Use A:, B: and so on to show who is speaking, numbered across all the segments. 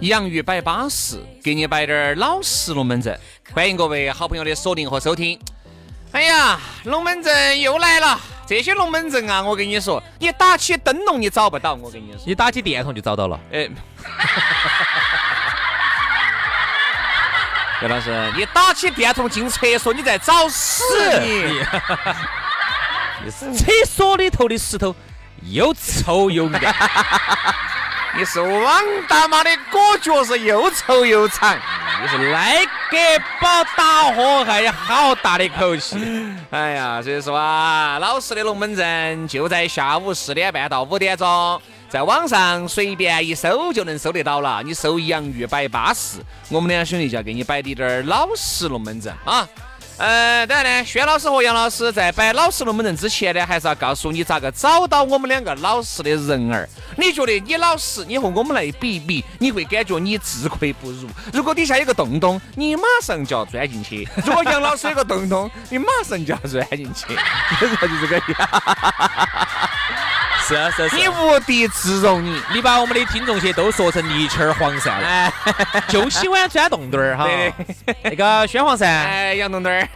A: 洋芋摆巴适，给你摆点儿老实龙门阵。欢迎各位好朋友的锁定和收听。哎呀，龙门阵又来了！这些龙门阵啊，我跟你说，你打起灯笼你找不到，我跟你说。
B: 你打起电筒就找到了。
A: 哎， 杨老师，你打起电筒进厕所，你在找死 你！
B: 厕所里头的石头又臭又暗。
A: 你是王大妈的裹脚是又臭又长，
B: 你是来给宝打火，还有好大的口气。
A: 哎呀，所以说啊，老式的龙门阵就在下午四点半到五点钟，在网上随便一搜就能搜得到了。你搜洋芋摆巴适，我们两兄弟就要给你摆的点儿老式龙门阵啊。呃，当然呢，轩老师和杨老师在摆老式龙门阵之前呢，还是要告诉你咋个找到我们两个老实的人儿。你觉得你老实，你和我们来比一比，你会感觉你自愧不如。如果底下有个洞洞，你马上就要钻进去；如果杨老师有个洞洞，你马上就要钻进去。 你说就这个样，
B: 是啊是啊是
A: 你
B: 啊。
A: 无地自容你。
B: 你把我们的听众些都说成泥鳅儿黄鳝了，
A: 哎
B: 就喜欢钻洞洞儿哈
A: 对。
B: 那个宣黄鳝、
A: 哎，杨东东儿。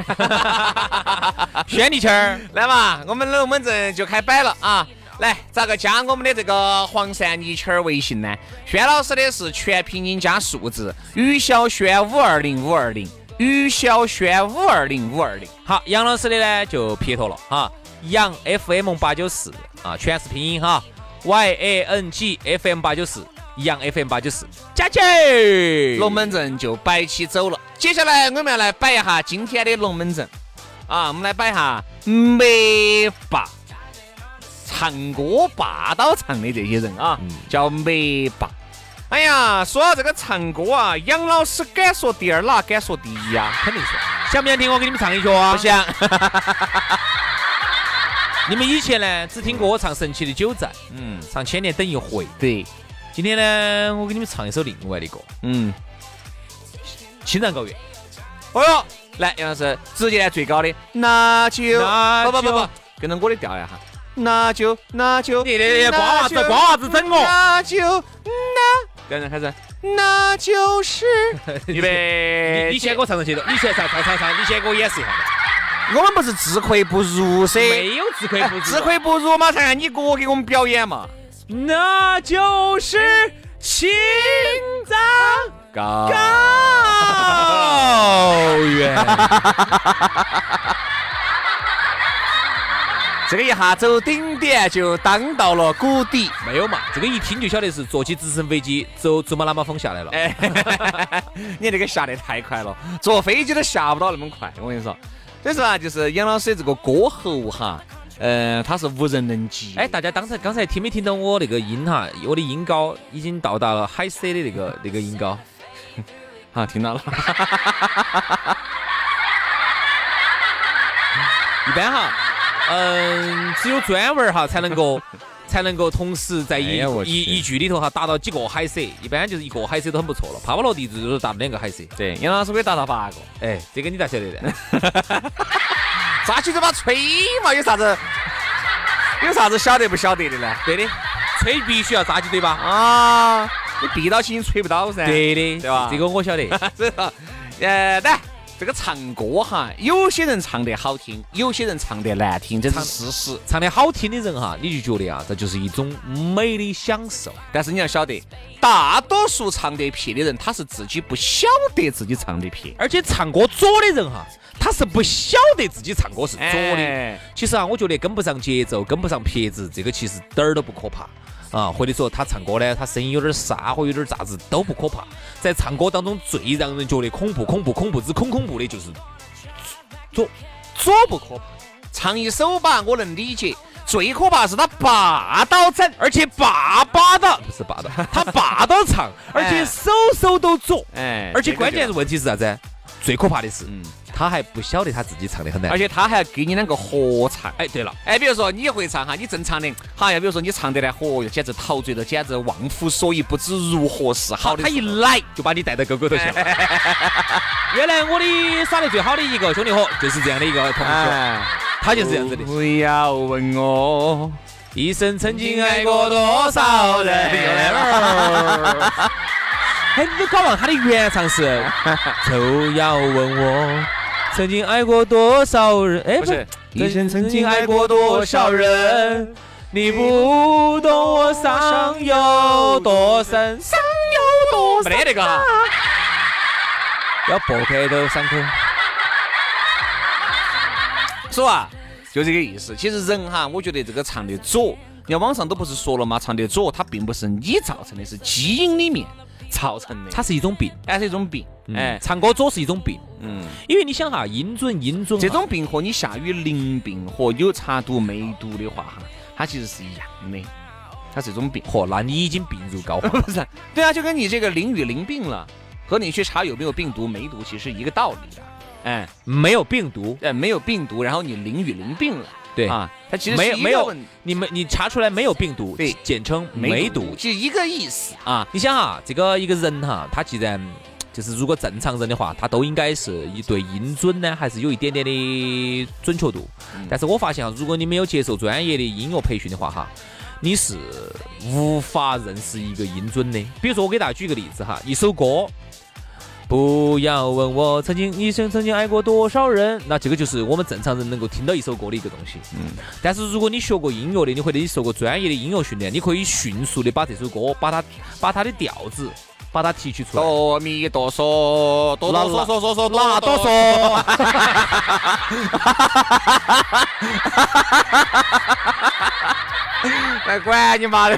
B: 宣泥鳅儿，
A: 来嘛，我们龙门阵就开摆了啊！来，咋个加我们的这个黄鳝泥鳅儿微信呢？轩老师的是全拼音加数字，于小轩五二零五二零，于小轩五二零五二零。
B: 好，杨老师的呢就撇脱了哈，杨 FM 八九四啊，全是拼音哈，Y A N G F M 八九四，杨 FM 八九四，加起
A: 龙门阵就摆起走了。接下来我们要来摆一下今天的龙门阵啊，我们来摆一下麦霸，唱歌霸道唱的这些人啊，叫麦霸。哎呀，说到这个唱歌啊，杨老师敢说第二，哪敢说第一呀、
B: 肯定是。想不想听我给你们唱一曲啊？
A: 不想，
B: 你们以前呢只听过我唱神奇的九寨，
A: 嗯，
B: 唱千年等一回。
A: 对，
B: 今天呢，我给你们唱一首另外的歌，
A: 嗯，
B: 《青藏高原》。
A: 哦哟，来，杨老师，直接来最高的，那就
B: 那
A: 哦不不不
B: 就
A: 不，跟着我的调一下哈，那就那就
B: 你你你
A: 那
B: 瓜娃子
A: 就
B: 瓜娃子整我
A: 那就那，哦跟着开始，那就是， 预备，
B: 你你先给我唱唱节奏，你先唱唱唱唱，你先给我演示一下嘛。
A: 我们不是自愧不如噻，
B: 没有自愧不如，
A: 自愧不如嘛，才让你哥给我们表演嘛，
B: 那就是青藏
A: 高
B: 高原。
A: 这个一下走顶点就当到了谷底，
B: 没有嘛，这个一听就晓得是坐起直升飞机走珠穆朗玛峰下来了。
A: 哎， 你这个下得太快了，坐飞机都下不到那么快。我跟你说，所以说啊，就是杨老师这个歌喉哈，呃，他是无人能及。
B: 哎，，大家刚才刚才听没听到我那个音哈？我的音高已经到达了海 C 的那个那个音高。
A: 好，听到了。
B: 一般哈，嗯，只有专文儿哈才能 够才能够同时在一、
A: 哎呀我去
B: 一一句里头哈达到几个海 C，一般就是一个海 C 都很不错了。帕瓦罗蒂最多达到两个海 C，
A: 对，杨老师可以达到八个。
B: 哎，这个你咋晓得 的？
A: 扎起嘴巴吹嘛，有啥子？有啥子晓得不晓得的呢？
B: 对的，吹必须要扎起对吧？
A: 啊，你闭到起你吹不到 噻。
B: 对的，
A: 对吧
B: 这个我晓得。
A: 这个，呃，来，这个唱歌哈，有些人唱得好听，有些人唱得难听，这是事实。
B: 唱得好听的人哈，你就觉得啊，这就是一种美的享受。
A: 但是你要晓得，大多数唱得撇的人，他是自己不晓得自己唱得撇。
B: 而且唱歌左的人哈，他是不晓得自己唱歌是左的
A: 哎。
B: 其实啊，我觉得跟不上节奏、跟不上拍子，这个其实点儿都不可怕。啊，或者说他唱歌呢，他声音有点沙或有点咋子都不可怕。在唱歌当中，最让人觉得恐怖、恐怖、恐怖之恐恐怖的就是左左不可怕。
A: 唱一首吧，我能理解。最可怕是他霸道整，
B: 而且爸爸的不是霸道， 他霸道唱，而且手手都左，
A: 哎
B: 而且关键
A: 是，
B: 是问题是啥子？最可怕的是，
A: 嗯
B: 他还不晓得他自己唱的很难。
A: 而且他还要给你两个合唱。
B: 哎，对了，
A: 哎，比如说你会唱哈，你正常的，好呀，比如说你唱得来，嚯哟，简直陶醉了，简直忘乎所以，不知如何是好的。
B: 他一来就把你带到沟沟头去了。 原来我的耍的最好的一个兄弟伙就是这样的一个同学，
A: 哎，
B: 他就是这样子的。
A: 不要问我
B: 一生曾经爱过多少 人？哎，你搞忘他的原唱 是就要问我曾经爱过多少人？哎，
A: 不是
B: 一生曾经爱过多少人？你不懂我伤有多深，伤有多
A: 没得那个
B: 啊
A: 哈，
B: 要爆开都伤口。
A: 是吧？就这个意思。其实人哈，我觉得这个唱得左，你看网上都不是说了吗？唱得左，它并不是你造成的，是基因里面造成的，
B: 它是一种病，
A: 它是一种病。
B: 哎
A: 哎，，
B: 唱歌左是一种病，
A: 嗯，
B: 因为你想哈，音准音准哈，
A: 这种病和你下雨淋病和有查毒没毒的话哈，它其实是一样的，它是一种病。
B: 嚯，那你已经病入膏肓。
A: 不是，对啊，就跟你这个淋雨淋病了，和你去查有没有病毒没毒，其实一个道理的。哎，
B: 没有病毒，
A: 呃，没有病毒，然后你淋雨淋病了，
B: 对
A: 啊，它其实
B: 没
A: 是
B: 有
A: 一
B: 没
A: 个
B: 有
A: 问，
B: 你没你查出来没有病毒，
A: 对
B: 简称梅
A: 梅
B: 毒
A: 毒，。就一个意思啊。
B: 你想哈，这个一个人哈，他既然就是如果正常人的话，他都应该是一对音准呢，还是有一点点的准确度。
A: 嗯
B: 但是我发现啊，如果你没有接受专业的音乐培训的话哈，你是无法认识一个音准的。比如说，我给大家举个例子哈，一首歌。不要问我曾经一生曾经爱过多少人，那这个就是我们正常人能够听到一首歌的一个东西。
A: 嗯
B: 但是如果你学过音乐的，你或者你受过专业的音乐训练，你可以迅速的把这首歌，把它把它的调子，把它提取出来。
A: 哆咪哆嗦，哆哆嗦嗦嗦嗦，
B: 那多 说，
A: 哎，管你妈的，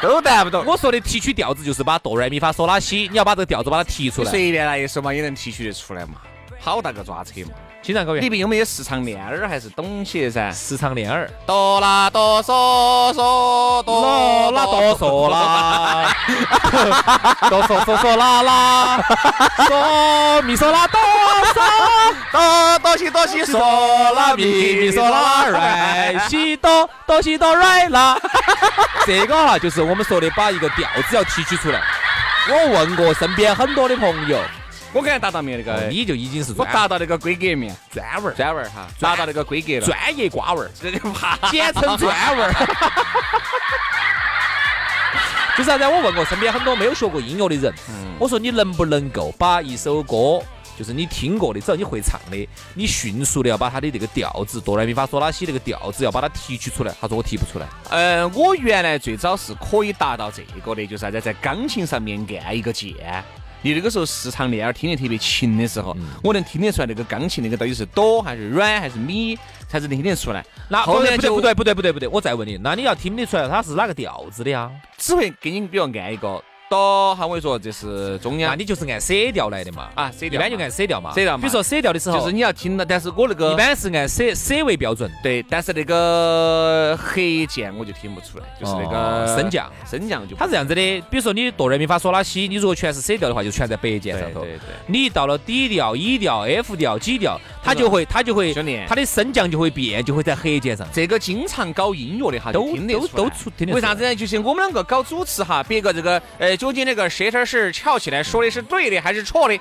A: 都带不懂。
B: 我说的提取调子就是把哆来咪发嗦拉西，你要把这个调子把它提出
A: 你
B: 来。
A: 随便来一首嘛，也能提取得出来嘛，好大个抓扯嘛。
B: 经常高
A: 里
B: 原，
A: 边有没有市场练耳还是懂些噻？
B: 时常练耳，
A: 哆啦哆嗦嗦
B: 啦
A: 哆
B: 啦哆嗦，啦，哆嗦嗦嗦啦啦，嗦咪嗦啦哆嗦。
A: 哆哆西哆西嗦啦咪咪嗦哎啦来。
B: 来西哆哆西哆来啦。这个哈，就是我们说的把一个调子要提取出来。我问过身边很多的朋友，
A: 我刚才达到没有那
B: 哦
A: 个？
B: 你就已经是
A: 我
B: 专
A: 达到那个规格没？
B: 专文儿
A: 专文哈，达到那个规格了。
B: 专业瓜文儿，
A: 这就怕。
B: 简称专文儿。 就是啥子？我问过身边很多没有学过音乐的人，
A: 嗯
B: 我说你能不能够把一首歌，就是你听过的，只要你会唱的，你迅速的要把它的这个调子，哆来咪发嗦拉西这个调子要把它提取出来。他说我提不出来。
A: 呃，我原来最早是可以达到这个的，就是啥子，在钢琴上面按一个键。你那个时候时常练耳听得特别勤的时候，
B: 嗯
A: 我能听得出来那个钢琴那个到底是哆还是软还是咪，才是能听得出来。
B: 那
A: 后
B: 不对
A: 面
B: 不对
A: 就
B: 不对不对不对不对，我再问你，那你要听得出来它是哪个调子的呀？
A: 只会给你，比如按一个哆，好，我跟你说这是中
B: 那
A: 央
B: 你就是按 C 调来的嘛？
A: 啊，C
B: 一
A: 调嘛，
B: 般就按 C 调嘛。
A: C 调嘛
B: 比如说 C 调的时候，
A: 就是你要听到，但是我那个
B: 一般是按 C C 为标准。
A: 对，但是那个黑键我就听不出来，就是那
B: 哦
A: 个
B: 升降
A: 升降就不
B: 它是这样子的，比如说你哆来咪发嗦拉西，你如果全是 C 调的话，就全在白键上头。
A: 对对对
B: 你一到了 D 调、E 调、F 调、G 调，它就会它就会
A: 兄弟
B: 它的升降就会变，就会在黑键上。
A: 这个经常搞音乐的哈，就
B: 都
A: 听得
B: 都
A: 出来
B: 都出听得出来
A: 为啥子呢？就是我们两个搞主持哈，别个这个呃，究竟那个舌头是翘起来说的是对的还是错的，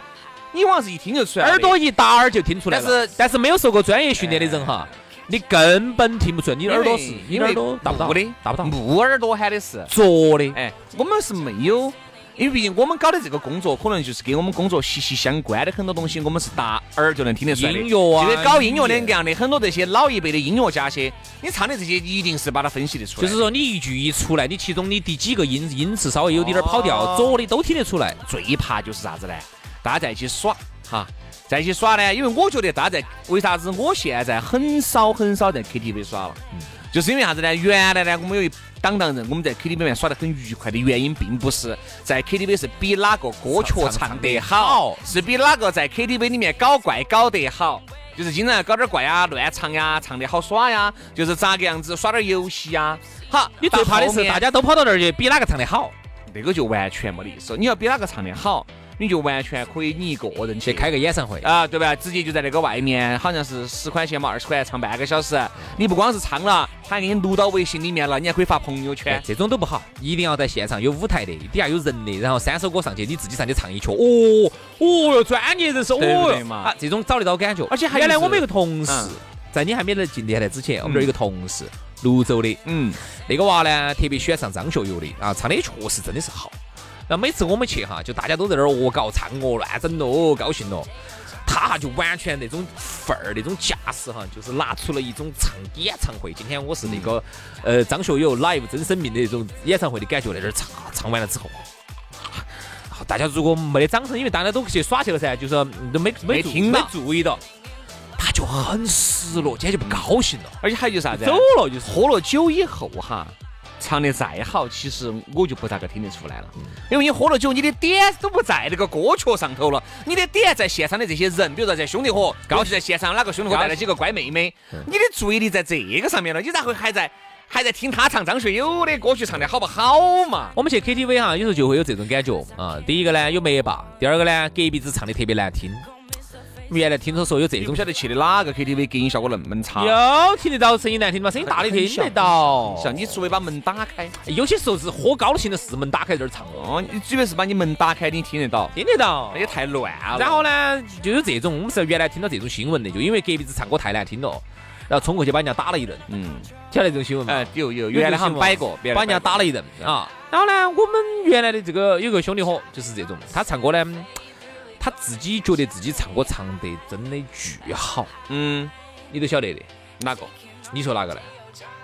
A: 你往是一听就出来了。
B: 耳朵一打耳就听出来了。
A: 但是哎
B: 但是没有受过专业训练的人哈，你根本听不出来，你
A: 因为
B: 耳朵是你
A: 因为
B: 耳朵达不到
A: 木的，嗯
B: 达不到
A: 木耳朵喊的是。
B: 左的。
A: 哎，我们是没有因为毕竟我们搞的这个工作，可能就是跟我们工作息息相关的很多东西，我们是大耳就能听得出来的。
B: 音乐啊
A: 这个搞音乐的
B: 音乐
A: 各样的很多这些老一辈的音乐家些，你唱的这些一定是把它分析得出
B: 就
A: 来的。
B: 是说你一句一出来，你其中你第几个音音次稍微有点儿跑调，
A: 哦
B: 左的都听得出来。
A: 最怕就是啥子呢？大家在一起耍哈，在一起耍呢，因为我觉得大家在为啥子我现在很少很少在 KTV 耍了，
B: 嗯
A: 就是因为啥子呢？原来呢，我们有一档档人，我们在 KTV 里面耍得很愉快的原因，并不是在 KTV 是比哪个歌曲
B: 唱
A: 唱
B: 唱
A: 得
B: 得
A: 好
B: 好，
A: 是比哪个在 KTV 里面搞怪搞得好。就是经常搞点怪呀、乱唱呀、唱得好耍呀，就是咋个样子耍点游戏呀。好，
B: 你最怕的
A: 到后
B: 是
A: 面
B: 大家都跑到那儿去，比哪个唱得好，
A: 那个就完全没得意思。你要比哪个唱得好，你就完全可以你一个人
B: 去开个演唱会。
A: 啊，对吧？直接就在那个外面，好像是十块钱嘛，二十块唱半个小时。你不光是唱了，他还给你录到微信里面了，你还可以发朋友
B: 哎
A: 圈，。
B: 这种都不好，一定要在现场有舞台的，底下有人的，然后三首歌上去，你自己上去唱一曲，哦哦哟，专业人士，哦
A: 对不
B: 哟
A: 对嘛
B: 啊，这种找得到感觉。
A: 而且还有
B: 原来
A: 是
B: 我们有个同事
A: 嗯，
B: 在你还没来进电台之前，我们这儿有个同事，泸州的，
A: 嗯，
B: 那个娃呢，特别喜欢上张学友的啊，唱的确实真的是好。那每次我们去哈，就大家都在那儿恶搞、唱哦、乱整哦，高兴哦。他哈就完全那种范儿、那种架势哈，就是拿出了一种唱演唱会。今天我是那个、呃张学友 live 真生命的那种演唱会的感觉，在这儿唱，唱完了之后。啊大家如果没得掌声，因为大家都去耍去了噻，就是嗯都没
A: 没
B: 注
A: 听
B: 没
A: 到
B: 注意到，他就很失落，今天就不高兴了，
A: 而且还有就是啥子？啊
B: 走了就是。
A: 喝了酒以后哈，唱的再好，其实我就不咋个听得出来
B: 嗯
A: 了，因为你喝了酒，你的点都不在那个歌曲上头了，你的点在现场的这些人，比如说在兄弟伙，高级在现场哪个兄弟伙带了几个乖妹妹，
B: 嗯
A: 你的注意力在这个上面了，你咋会还在还在听他唱张学友的歌曲唱的好不好嘛？
B: 我们去 KTV 哈，有时候就会有这种感觉啊。第一个呢有麦霸，第二个呢隔壁子唱的特别难听。我们原来听说说有这
A: 你
B: 种啊
A: 不，晓得去的哪个 KTV 隔音效果那么差？
B: 有听得到声音难听的吗？声音大的听得到。
A: 像你除非把门打开，
B: 有些时候是喝高了兴的，是门打开在这儿唱哦，
A: 哦，你主要是把你门打开，你听得到，
B: 听得到
A: 那。也太乱了。
B: 然后呢，就有这种，我们是原来听到这种新闻的，就因为隔壁子唱歌太难听了，然后冲过去把人家打了一顿，
A: 嗯，
B: 晓得这种新闻吗？
A: 哎，有有，原来好像摆过，
B: 啊把人家打了一顿啊。然后呢，我们原来的这个有个兄弟伙就是这种，他唱歌呢，他自己觉得自己唱歌唱得真的巨好，
A: 嗯，
B: 你都晓得的。
A: 哪个
B: 你说哪个呢？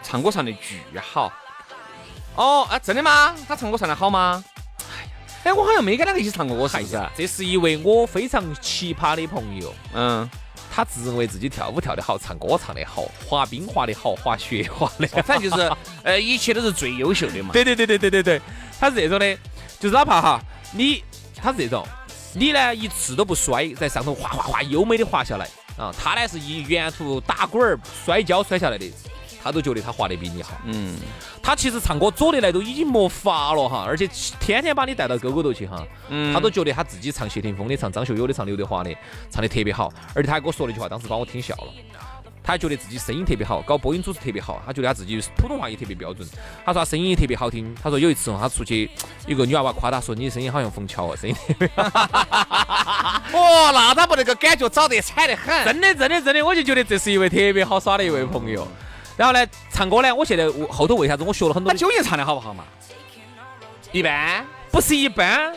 A: 唱歌唱的巨好？哦，啊，真的吗？他唱歌唱的好吗？哎呀，哎，我好像没跟他一起唱过歌，是不啊是？
B: 这是一位我非常奇葩的朋友，
A: 嗯，
B: 他自认为自己跳舞跳得好，唱歌唱得好，滑冰滑得好，滑雪滑得好。
A: 反正就是， 呃，一切都是最优秀的嘛。
B: 对对对对对对对，他是这种的，就是哪怕哈你，他是这种，你呢一次都不摔，在上头哗哗哗优美的滑下来啊，他呢是一沿途打滚儿摔跤摔下来的，他都觉得他滑得比你好。
A: 嗯，
B: 他其实唱歌左的来都已经没法了哈，而且天天把你带到沟沟头去哈，
A: 嗯
B: 他都觉得他自己唱谢霆锋的、唱张学友的、唱刘德华的，唱得特别好，而且他还给我说了一句话，当时把我听笑了。他还觉得自己声音特别好，搞播音主持特别好，他觉得他自己普通话也特别标准。他说他声音也特别好听。他说有一次哦他出去，有个女娃娃夸他说你的声音好像冯乔哦，声音
A: 哦，那他不那个感觉找得惨得很。
B: 真的真的真的，我就觉得这是一位特别好耍的一位朋友。然后呢，唱歌呢，我现在我后头为啥子我学了很多
A: 他
B: 的，
A: 究竟唱的好不好嘛？一般，
B: 不是一般，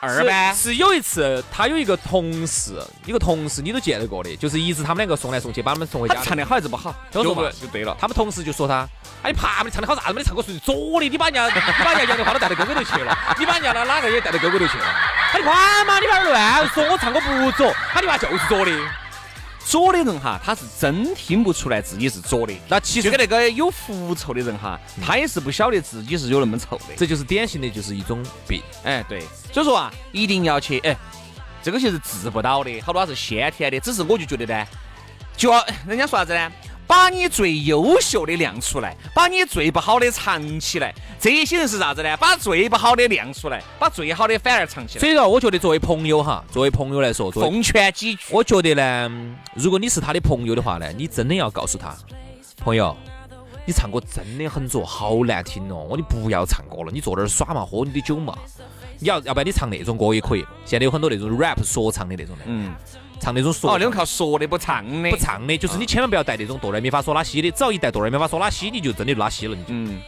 A: 二般。
B: 是是有一次，他有一个同事，一个同事你都见得过的，就是一直他们两个送来送去，把他们送回
A: 他
B: 家。
A: 唱的好还是啊不好？
B: 都说不
A: 就对了。
B: 他们同事就说他，哎，你怕嘛？你唱的好啥子嘛？你唱歌属于左的，你把人家把人家杨德华都带到沟沟头去了，你把人家那哪个也带到沟沟头去了。他你管嘛？你把儿乱说，我唱歌不左，他你娃就是左的。
A: 左的人哈，他是真听不出来自己是左的。
B: 那其
A: 就
B: 实
A: 跟那个有狐臭的人哈，他也是不晓得自己是有那么臭的。
B: 这就是典型的，就是一种病。
A: 哎，对，所以说啊，一定要去，哎，这个其实治不到的，好多它是先天的，只是我就觉得呢，就要人家说啥子呢？把你最优秀的亮出来，把你最不好的藏起来。这些人是啥子呢？把最不好的亮出来，把最好的反而藏起来
B: 所，以说，我觉得作为朋友哈，作为朋友来说，作为
A: 奉劝几句。
B: 我觉得呢，嗯如果你是他的朋友的话呢，你真的要告诉他，朋友，你唱歌真的很拙，好难听哦，我你不要唱歌了，你坐那儿耍嘛，喝你的酒嘛。你要要不然你唱那种歌也可以，现在有很多那种 rap 说唱的那种的，
A: 嗯，
B: 唱那种说
A: 哦，
B: 唱
A: 那种靠说的不唱的，
B: 不。唱的，就是你千万不要带那种哆来咪发嗦拉西的，只要一带哆来咪发嗦拉西，你就真的拉稀了，你就
A: 嗯，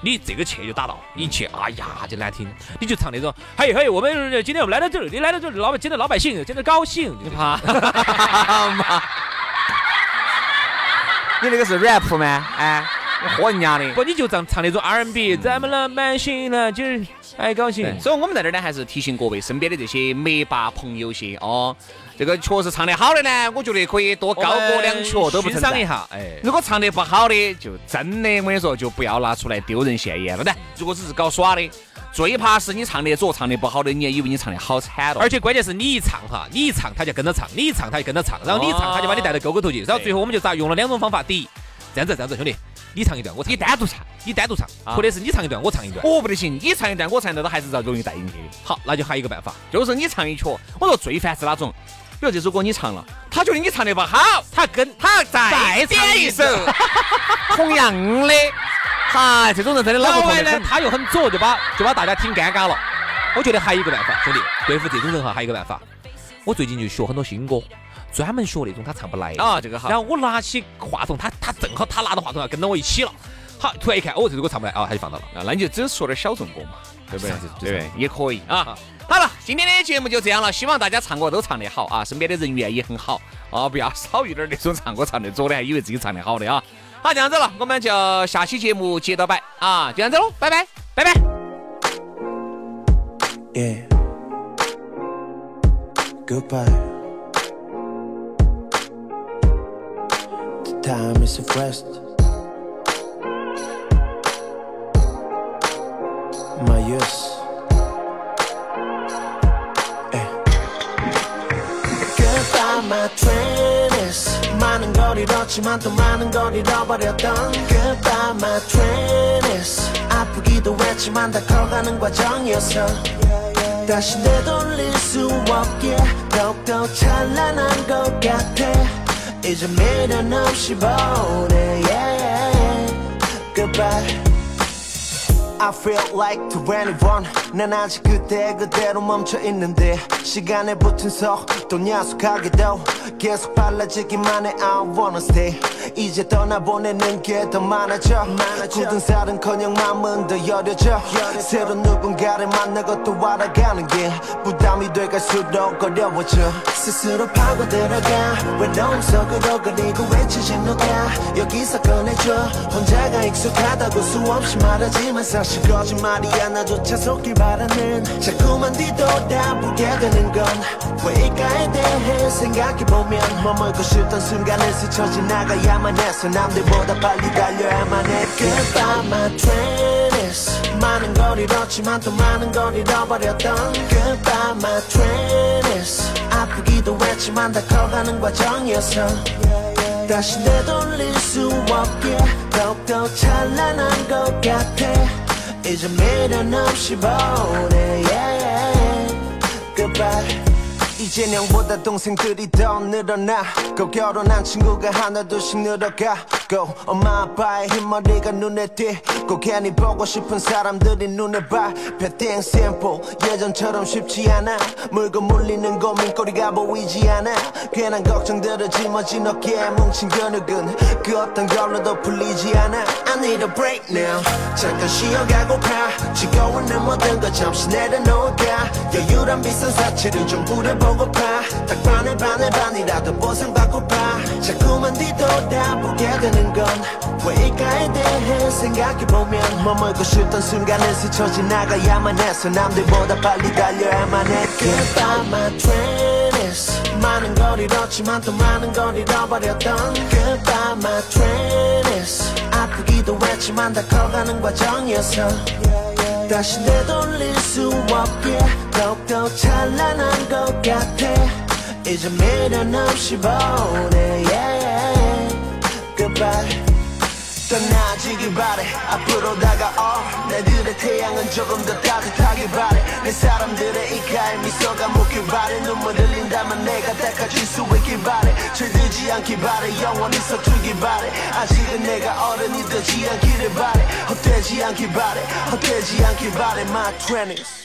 B: 你这个去就打到，一去哎呀就难听，你就唱那种，嘿嘿，我们呃今天我们来到这儿，你来到这儿，老百今天老百姓今天高兴，你怕？
A: 你那个是 rap 吗？哎，你喝人家的。
B: 不，你就唱唱那种 R&B，咱们老百姓呢就是哎高兴。
A: 嗯所以我们在这儿呢，还是提醒各位身边的这些麦霸朋友些哦，这个确实唱得好的呢，我觉得可以多高歌两曲都不
B: 欣
A: 成
B: 赏一
A: 在。
B: 下，哎，
A: 如果唱得不好的，就真的我跟你说，就不要拿出来丢人现眼了。但如果只是搞耍的，最怕是你唱得左，唱得不好的，你还以为你唱得好惨了。
B: 而且关键是你一唱哈，你一唱他就跟着唱，你一唱他就跟着唱，然后你一唱他就把你带到沟沟头去，然后最后我们就咋用了两种方法，第一，这样子这样子兄弟，你唱一段，我唱
A: 你单独唱，
B: 你单独唱，
A: 啊
B: 或者是你唱一段我唱一段，
A: 哦不得行，你唱一段，我唱一段，都还是容易带进去的。
B: 好，那就还有一个办法，
A: 就是你唱一曲，我说最烦是哪种？比如这首歌你唱了，他觉得你唱得不好，
B: 他跟
A: 他
B: 再唱
A: 再点一
B: 一
A: 首 同样的，哈，这种人真的脑
B: 老
A: 壳
B: 外
A: 痛
B: 呢
A: 得很，。
B: 他又很左，就把就把大家听尴尬了。我觉得还有一个办法，兄弟，对付这种人哈，还有一个办法。我最近就学很多新歌，专门学那种他唱不来的。
A: 啊，这个好
B: 然。后我拿起话筒，他他正好他拿着话筒要跟到我一起了。好，突然一看，哦，这首歌唱不来啊，他就放到了。
A: 啊，那你就只说点小众歌嘛，对不对
B: 是啊？
A: 对不
B: 是
A: 对？也可以啊
B: 啊。
A: 好了，今天的节目就这样了，希望大家唱歌都唱得好啊，身边的人缘也很好啊，不要少遇点那种唱歌唱得左的，还以为自己唱得好的啊。好，这样子了，我们就下期节目接着摆啊，就这样子喽，拜拜，拜拜。
C: Yeah. Goodbye. The time is of rest. My years. Eh. Goodbye, my trainers. 많은 걸 잃었지만 또 많은 걸 잃어버렸던 Goodbye, my trainers. 아프기도 했지만 다 커가는 과정이었어. 다시 되돌릴 수 없게 더욱더 찬란한 것 같아. 이제 미련 없이 보내. Yeah. Goodbye. I feel like 21. 난 아직 그때 그대로 멈춰 있는데 시간에 붙은 속도 야속하게도 계속 빨라지기만 해. I wanna stay. 이제 떠나보내는 게 더 많아져. 굳은 살은커녕 마음은 더 여려져. 새로운 누군가를 만나고 또 알아가는 게 부담이 돼갈수록 어려워져. 스스로 파고들어가 외로움 속으로 그리고 외치진 누가 여기서 꺼내줘 혼자가 익숙하다고 수없이 말하지만 사실 거짓말이야 나조차 속길 바라는 자꾸만 뒤돌아보게 되는 건 왜일까에 대해 생각해보면 머물고 싶던 순간을 스쳐 지나가야만 해서 남들보다 빨리 달려야만 해 Goodbye my trainers 많은 걸 잃었지만 또 많은 걸 잃어버렸던 Goodbye my trainers 아프기도 했지만 다 커가는 과정이었어 다시 되돌릴 수 없게 더욱더 찬란한 것 같아 이제 미련 없이 보내 yeah. Goodbye 이젠 형보다 동생들이 더 늘어나 곧 결혼한 친구가 하나 둘씩 늘어가고 엄마 아빠의 흰머리가 눈에 띄고 괜히 보고 싶은 사람들이 눈에 밟혀 땡 simple 예전처럼 쉽지 않아 물고 물리는 고민거리가 보이지 않아 괜한 걱정들을 짊어진 어깨에 뭉친 근육은 그 어떤 걸로도 풀리지 않아 I need a break now 잠깐 쉬어가고파 지겨운 내 모든 걸 잠시 내려놓을까 여유란 비싼 사치를 좀 부려보고파 딱 반을 반을 반이라도 보상받고파 자꾸만 뒤돌아보게 되는 건 왜일까에 대해 생각해보면 머물고 싶던 순간을 스쳐 지나가야만 해서 남들보다 빨리 달려야만 해 Goodbye my trainers 많은 걸 잃었지만 또 많은 걸 잃어버렸던 Goodbye my trainers 아프기도 했지만 다 커가는 과정이었어 다시 되돌릴 수 없게 더욱더 찬란한 것 같아 이제 미련 없이 보내 yeah. Goodbye 떠나지길 바래 앞으로 다가올 내들의 태양은 조금 더 따뜻하길 바래 내 사람들의 이가에 미소가 묻길 바래 눈물 흘린다면 내가 닦아줄 수 있길 바래 철들지 않길 바래 영원히 서툴길 바래 아직은 내가 어른이 되지 않기를 바래 헛되지 않길 바래 헛되지 않길 바래 my 20s